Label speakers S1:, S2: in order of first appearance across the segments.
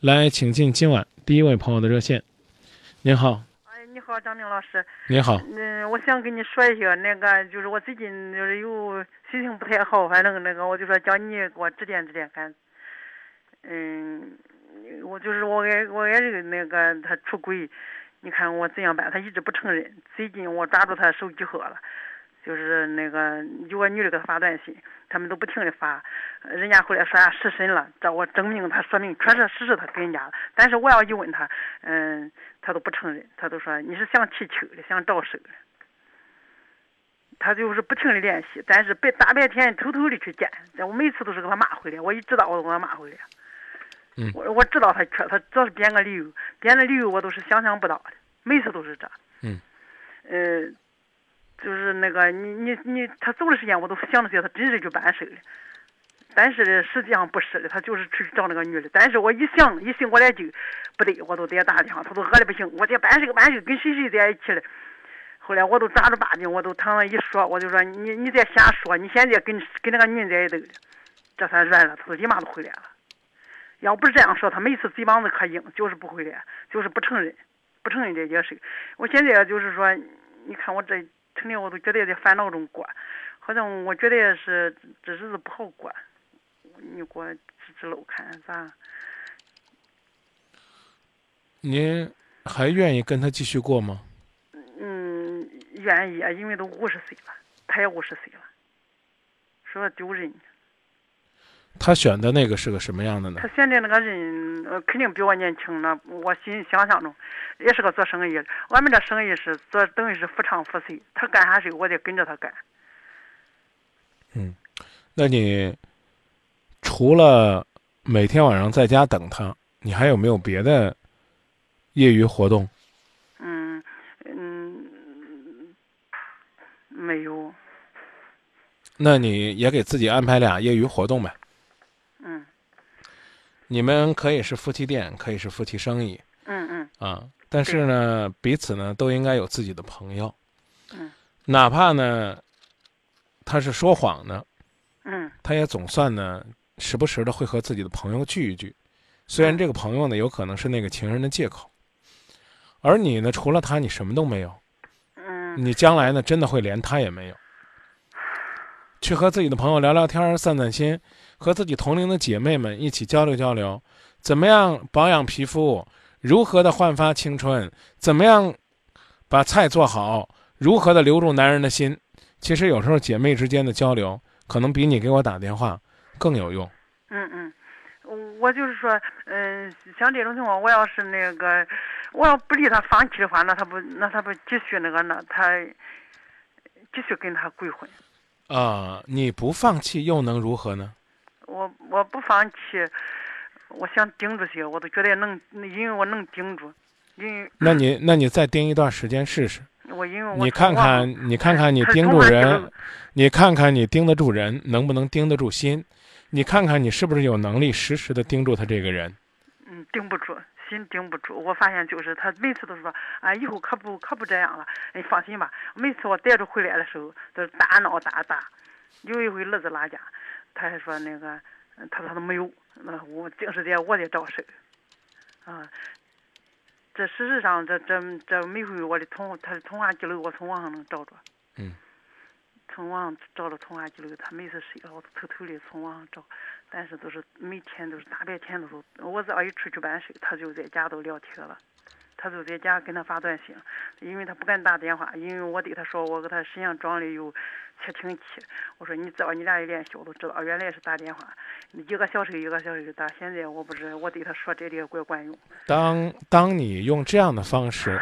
S1: 来，请进今晚第一位朋友的热线。您好，
S2: 哎，你好，张明老师。
S1: 您好，
S2: 嗯、我想跟你说一下，那个就是我最近就是有心情不太好，反正那个我就说叫你给我指点指点看。嗯，我就是我爱我爱人那个他出轨，你看我怎样办？他一直不承认。最近我抓住他手机后了，就是那个有个女的给他发短信，他们都不停的发，人家后来说俺啊失身了，找我证明他说明确实实是他跟人家了。但是我要一问他，嗯，他都不承认，他都说你是想提亲的，想招手的。他就是不停的联系，但是白大白天偷偷的去见，我每次都是给他骂回来，我一知道我都给他骂回来。
S1: 嗯
S2: 我我知道他缺，他只要是编个理由，编的理由我都是想象不到的，每次都是这。
S1: 嗯。
S2: 呃，就是那个你你你，他走的时间我都想着去，他真是去办事了。但是实际上不是的，他就是出去找那个女的。但是我一想一醒过来就不对，我都得打电话，他都饿的不行，我得办事办事，跟谁谁在一起了。后来我都正儿八经，我都躺那一说，我就说你你再瞎说，你现在跟跟那个女人在一头了，这才软了，他立马就回来了。要不是这样说，他每次嘴巴子可硬，就是不回来，就是不承认，不承认这件事。我现在就是说，你看我这成天我都觉得在烦恼中过，好像我觉得是这日子不好过。你给我指指路看咋？
S1: 您还愿意跟他继续过吗？
S2: 嗯，愿意啊，因为都五十岁了，他也五十岁了，说丢人。
S1: 他选的那个是个什么样的呢
S2: 他？现在那个人、呃、肯定比我年轻了，我心想象中也是个做生意的。我们这生意是做，等于是夫唱妇随，他干啥事我得跟着他干。
S1: 那你除了每天晚上在家等他，你还有没有别的业余活动？
S2: 嗯嗯，没有，
S1: 那你也给自己安排俩业余活动呗。
S2: 嗯
S1: 你们可以是夫妻店，可以是夫妻生意
S2: 嗯嗯
S1: 啊，但是呢，彼此呢都应该有自己的朋友。
S2: 嗯，
S1: 哪怕呢他是说谎的，
S2: 嗯
S1: 他也总算呢，时不时的会和自己的朋友聚一聚，虽然这个朋友呢，有可能是那个情人的借口，而你呢，除了他，你什么都没有，
S2: 嗯
S1: 你将来呢，真的会连他也没有。去和自己的朋友聊聊天儿、散散心，和自己同龄的姐妹们一起交流交流，怎么样保养皮肤，如何的焕发青春，怎么样把菜做好，如何的留住男人的心。其实有时候姐妹之间的交流，可能比你给我打电话更有用。
S2: 嗯嗯。我就是说，嗯、像这种情况，我要是那个，我要不离他放弃的话，那他不，那他不继续那个，那他继续跟他鬼混。
S1: 啊、你不放弃又能如何呢？
S2: 我我不放弃，我想盯住些，我都觉得能，因为我能盯住，因为
S1: 那你那你再盯一段时间试试，
S2: 我因为我
S1: 你看
S2: 我
S1: 看你看看 你盯住人，你看看你盯得住人能不能盯得住心，你看看你是不是有能力实时的盯住他这个人。
S2: 嗯，盯不住，心盯不住。我发现就是他每次都说啊，以后可不可不这样了，你放心吧。每次我带着回来的时候都是大闹大打，有一回儿子拉架，他还说那个，嗯他说他都没有，那我净是在我在找事儿，啊。这事实上，这这这每回我的通他的通话记录，我从网上能找着。
S1: 嗯。
S2: 从网上找着通话记录，他每次睡了，我都偷偷的从网上找。但是都是每天都是大白天都是，我只要一出去办事，他就在家都聊天了，他就在家跟他发短信，因为他不敢打电话，因为我对他说我给他身上装的有窃听器，我说你只要你俩一联系，我都知道原来是打电话，一个小时一个小时的打，现在我不知我对他说这里也怪管用，
S1: 当当你用这样的方式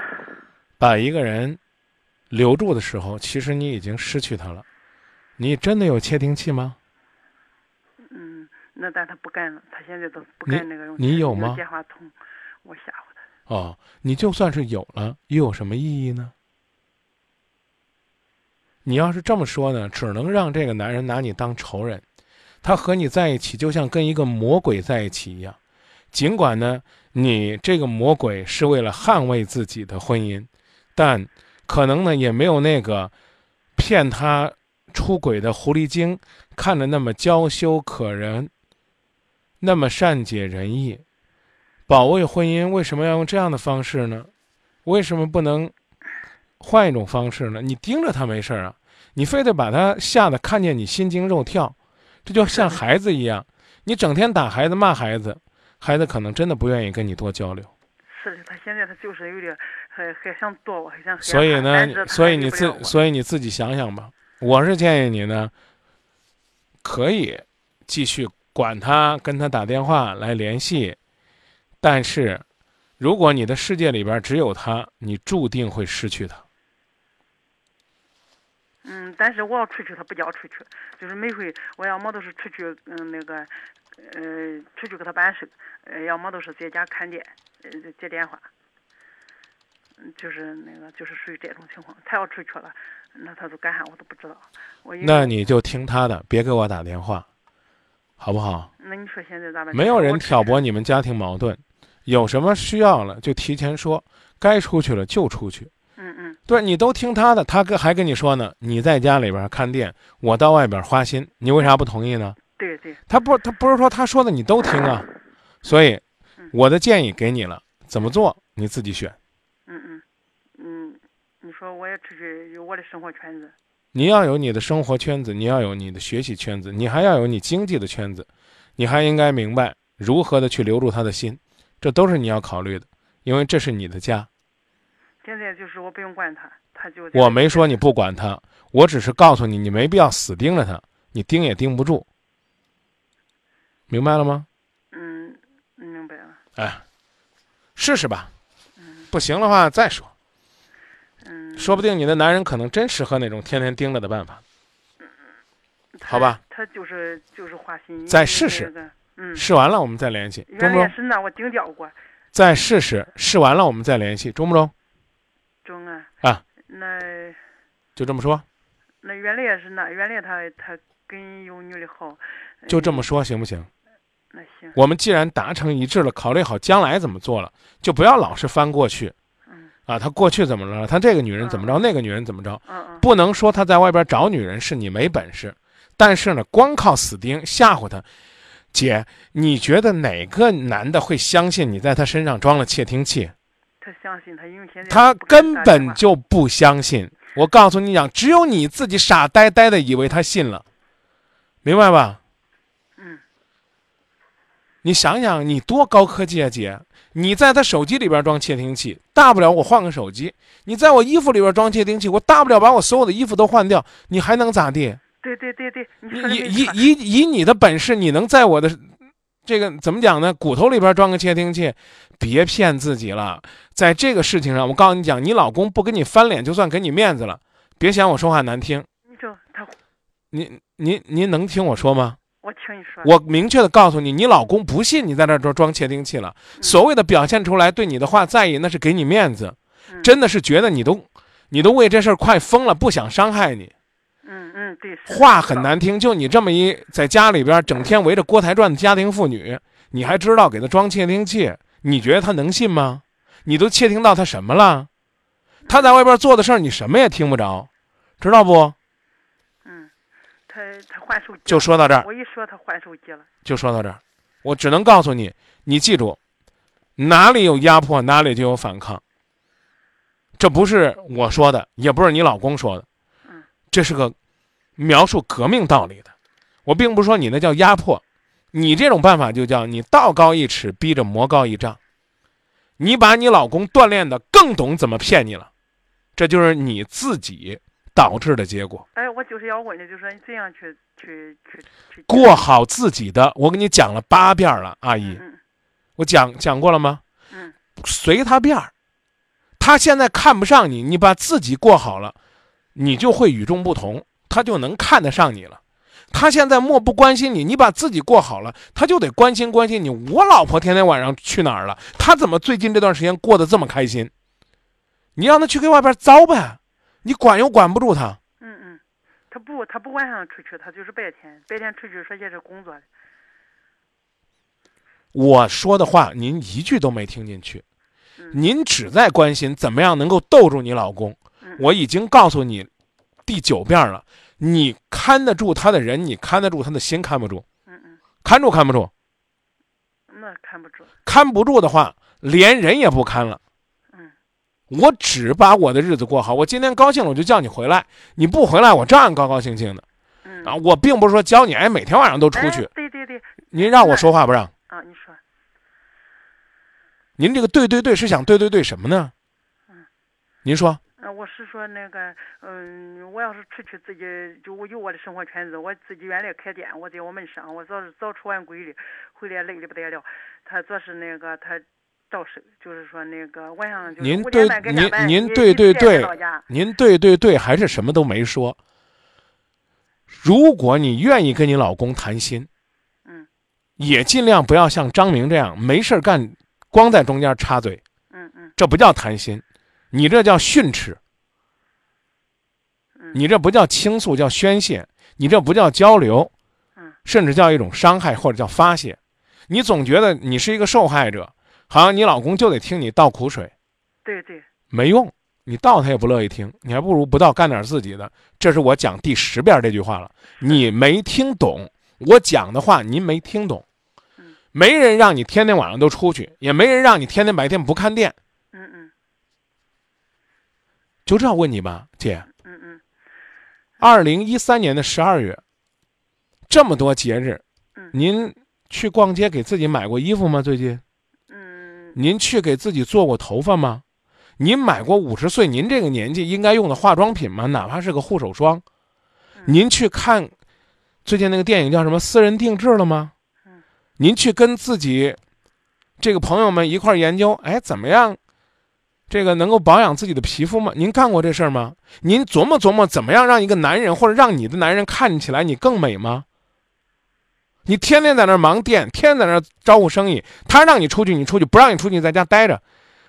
S1: 把一个人留住的时候，其实你已经失去他了。你真的有窃听器吗？
S2: 嗯，那但他不干了，他现在都不
S1: 你
S2: 干那个用
S1: 你有
S2: 用
S1: 吗
S2: 电话筒，我吓唬他，
S1: 哦，你就算是有了，又有什么意义呢？你要是这么说呢，只能让这个男人拿你当仇人，他和你在一起就像跟一个魔鬼在一起一样。尽管呢，你这个魔鬼是为了捍卫自己的婚姻，但可能呢也没有那个骗他出轨的狐狸精看着那么娇羞可人，那么善解人意。保卫婚姻为什么要用这样的方式呢？为什么不能换一种方式呢？你盯着他没事儿啊，你非得把他吓得看见你心惊肉跳，这就像孩子一样，你整天打孩子骂孩子，孩子可能真的不愿意跟你多交流。
S2: 是的，他现在他就是有点还还想躲我，还想
S1: 所以
S2: 但
S1: 呢，
S2: 是他
S1: 所以
S2: 还
S1: 你
S2: 理不了
S1: 自
S2: 我
S1: 所以你自己想想吧。我是建议你呢，可以继续管他，跟他打电话来联系，但是如果你的世界里边只有他，你注定会失去他。
S2: 嗯，但是我要出去，他不叫我出去，就是每回我要么都是出去，嗯，那个，呃，出去给他办事，呃，要么都是在家看店，呃，接电话，嗯，就是那个，就是属于这种情况。他要出去了，那他都干啥我都不知道。我因为
S1: 那你就听他的，别给我打电话，好不好？
S2: 那你说现在咋办？
S1: 没有人挑拨
S2: 你。
S1: 你们家庭矛盾，有什么需要了就提前说，该出去了就出去。
S2: 嗯嗯，
S1: 对你都听他的，他跟还跟你说呢，你在家里边看店，我到外边花心，你为啥不同意呢？
S2: 对对，
S1: 他不，他不是说他说的你都听啊，所以我的建议给你了，怎么做你自己选。
S2: 嗯嗯嗯，你说我也出去有我的生活圈子。
S1: 你要有你的生活圈子，你要有你的学习圈子，你还要有你经济的圈子，你还应该明白如何的去留住他的心，这都是你要考虑的，因为这是你的家。
S2: 现在就是我不用管他，他就在
S1: 我
S2: 那
S1: 没
S2: 边
S1: 说你不管他，我只是告诉你，你没必要死盯着他，你盯也盯不住，明白了吗？
S2: 嗯，明白了。
S1: 哎，试试吧，不行的话再说，
S2: 嗯，
S1: 说不定你的男人可能真适合那种天天盯着的办法。
S2: 他
S1: 好吧。
S2: 他就是就是花心。
S1: 再
S2: 因为
S1: 试试
S2: 那个。嗯，
S1: 试完了我们再联系，中不
S2: 原来
S1: 中
S2: 也？是那我顶掉过
S1: 再试试，试完了我们再联系，中不中？
S2: 中啊。
S1: 啊。
S2: 那
S1: 就这么说，
S2: 那原来也是那，原来他他跟有女的好。呃
S1: 就这么。说行不行？
S2: 那行，
S1: 我们既然达成一致了，考虑好将来怎么做了，就不要老是翻过去
S2: 嗯
S1: 啊。他过去怎么了？他这个女人怎么着？那个女人怎么着？
S2: 嗯嗯。
S1: 不能说他在外边找女人是你没本事，但是呢，光靠死盯吓唬他。姐，你觉得哪个男的会相信你在他身上装了窃听器？
S2: 他相信他，因为现在
S1: 他
S2: 不敢
S1: 根
S2: 打电
S1: 本
S2: 话
S1: 就不相信。我告诉你讲，只有你自己傻呆呆的以为他信了，明白吧？
S2: 嗯。
S1: 你想想，你多高科技啊，姐！你在他手机里边装窃听器，大不了我换个手机；你在我衣服里边装窃听器，我大不了把我所有的衣服都换掉，你还能咋地？
S2: 对对对对， 你
S1: 你
S2: 说的没
S1: 以
S2: 错。
S1: 以以以你的本事，你能在我的这个怎么讲呢？骨头里边装个窃听器，别骗自己了。在这个事情上，我告诉你讲，你老公不跟你翻脸，就算给你面子了。别嫌我说话难听，
S2: 你说他，
S1: 您您您能听我说吗？
S2: 我听你说。
S1: 我明确的告诉你，你老公不信你在这儿装装窃听器了。
S2: 嗯
S1: 所谓的表现出来对你的话在意，那是给你面子，
S2: 嗯
S1: 真的是觉得你都你都为这事儿快疯了，不想伤害你。
S2: 嗯嗯对。是
S1: 话很。难听，就你这么一在家里边整天围着锅台转的家庭妇女，你还知道给她装窃听器，你觉得她能信吗？你都窃听到她什么了？她在外边做的事儿，你什么也听不着，知道不？
S2: 嗯，他他换手机。
S1: 就说到这儿，
S2: 我一说他换手机了。
S1: 就说到这儿，我只能告诉你，你记住，哪里有压迫，哪里就有反抗。这不是我说的，也不是你老公说的
S2: 嗯，
S1: 这是个描述革命道理的。我并不是说你那叫压迫，你这种办法就叫你道高一尺，逼着魔高一丈。你把你老公锻炼的更懂怎么骗你了，这就是你自己导致的结果。
S2: 哎，我就是要问的，就是说你怎样去去去去
S1: 过好自己的，我给你讲了八遍了，阿姨。
S2: 嗯
S1: 我讲讲过了吗？
S2: 嗯
S1: 随他便儿，他现在看不上你，你把自己过好了，你就会与众不同，他就能看得上你了。他现在漠不关心你，你把自己过好了，他就得关心关心你。我老婆天天晚上去哪儿了？她怎么最近这段时间过得这么开心？你让她去给外边糟呗，你管又管不住她。
S2: 嗯嗯，他不他不晚上出去，他就是白天白天出去说些是工作的。
S1: 我说的话您一句都没听进去，
S2: 嗯
S1: 您只在关心怎么样能够逗住你老公。
S2: 嗯
S1: 我已经告诉你第九遍了，你看得住他的人，你看得住他的心，看不住，
S2: 嗯嗯，
S1: 看住看不住。
S2: 那那看不住。
S1: 看不住的话，连人也不看了。
S2: 嗯，
S1: 我只把我的日子过好。我今天高兴了，我就叫你回来；你不回来，我照样高高兴兴的
S2: 嗯
S1: 啊。我并不是说教你，哎，每天晚上都出去
S2: 哎。对对对，
S1: 您让我说话不让？
S2: 啊，你说，
S1: 您这个对对对是想对对对什么呢
S2: 嗯？
S1: 您说，
S2: 呃，我是说那个，嗯，我要是出去自己就我有我的生活圈子，我自己原来开店，我在我们上，我早早出晚归的，回来累的不得了。他主要是那个他到手，就是说那个晚上就是
S1: 您
S2: 五点
S1: 对
S2: 半该
S1: 您
S2: 下班，
S1: 您
S2: 也
S1: 对
S2: 一
S1: 对
S2: 点才
S1: 对
S2: 到家，
S1: 您对对对还是什么都没说。如果你愿意跟你老公谈心，
S2: 嗯，
S1: 也尽量不要像张明这样没事儿干，光在中间插嘴，
S2: 嗯嗯
S1: 这不叫谈心，你这叫训斥，
S2: 嗯，
S1: 你这不叫倾诉，叫宣泄，你这不叫交流
S2: 嗯，
S1: 甚至叫一种伤害或者叫发泄。你总觉得你是一个受害者，好像你老公就得听你倒苦水，
S2: 对对，
S1: 没用，你倒他也不乐意听，你还不如不倒干点自己的。这是我讲第十遍这句话了，你没听懂我讲的话，您没听懂
S2: 嗯。
S1: 没人让你天天晚上都出去，也没人让你天天白天不看店，
S2: 嗯嗯
S1: 就这样问你吧，姐。
S2: 嗯嗯
S1: 二零一三年的十二月，这么多节日
S2: 嗯，
S1: 您去逛街给自己买过衣服吗？最近
S2: 嗯
S1: 您去给自己做过头发吗？您买过五十岁您这个年纪应该用的化妆品吗？哪怕是个护手霜
S2: 嗯，
S1: 您去看最近那个电影叫什么《私人定制》了吗
S2: 嗯？
S1: 您去跟自己这个朋友们一块儿研究，哎，怎么样？这个能够保养自己的皮肤吗？您干过这事儿吗？您琢磨琢磨，怎么样让一个男人或者让你的男人看起来你更美吗？你天天在那儿忙店，天天在那儿招呼生意，他让你出去，你出去；不让你出去，你在家待着。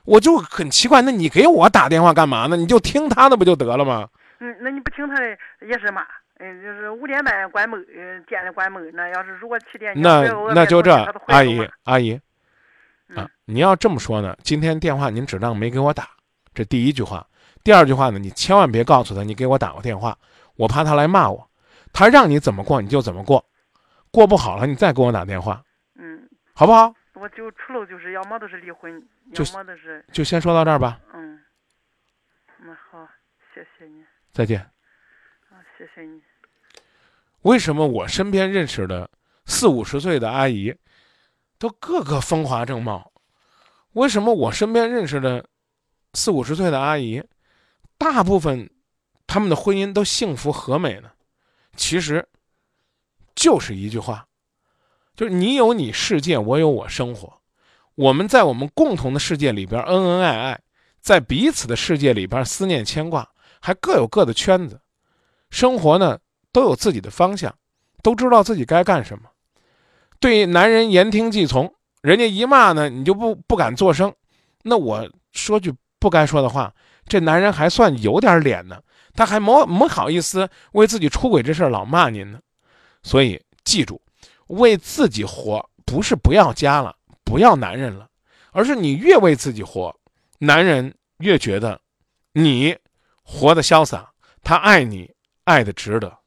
S1: 我就很奇怪，那你给我打电话干嘛呢？你就听他的不就得了吗？
S2: 嗯，那你不听他的也是骂。嗯，就是五点半关门，呃店里关门。那要是如果七点，你要
S1: 那
S2: 是偶尔
S1: 那
S2: 别
S1: 就这
S2: 走他都，回
S1: 阿
S2: 来都骂
S1: 姨阿姨啊
S2: 嗯，
S1: 你要这么说呢，今天电话您只当没给我打，这第一句话。第二句话呢，你千万别告诉他你给我打过电话，我怕他来骂我。他让你怎么过你就怎么过，过不好了你再给我打电话，
S2: 嗯，
S1: 好不好？
S2: 我就出路就是要么都是离婚，
S1: 就
S2: 要
S1: 是
S2: 么都是
S1: 就先说到这儿吧，
S2: 嗯，那好，谢谢你
S1: 再见。
S2: 啊，谢谢你。
S1: 为什么我身边认识的四五十岁的阿姨，都个个风华正茂？为什么我身边认识的四五十岁的阿姨，大部分他们的婚姻都幸福和美呢？其实，就是一句话，就是你有你世界，我有我生活。我们在我们共同的世界里边恩恩爱爱，在彼此的世界里边思念牵挂，还各有各的圈子。生活呢，都有自己的方向，都知道自己该干什么。对男人言听计从，人家一骂呢，你就不不敢作声。那我说句不该说的话，这男人还算有点脸呢，他还没没好意思为自己出轨这事儿老骂您呢。所以记住，为自己活不是不要家了，不要男人了，而是你越为自己活，男人越觉得你活得潇洒，他爱你，爱的值得。